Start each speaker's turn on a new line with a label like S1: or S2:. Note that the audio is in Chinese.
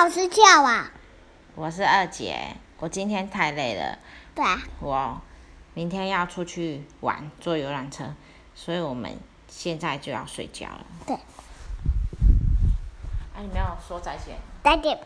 S1: 老师叫啊？
S2: 我是二姐，我今天太累了，
S1: 对啊，
S2: 我明天要出去玩，坐游览车，所以我们现在就要睡觉了。
S1: 对，
S2: 啊，你没有说再见。
S1: 再见。